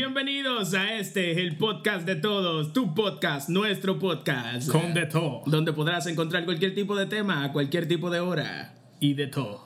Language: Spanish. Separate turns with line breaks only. Bienvenidos a este, el podcast de todos, tu podcast, nuestro podcast,
Con de todo.
donde podrás encontrar cualquier tipo de tema a cualquier tipo de hora.
Y de todo.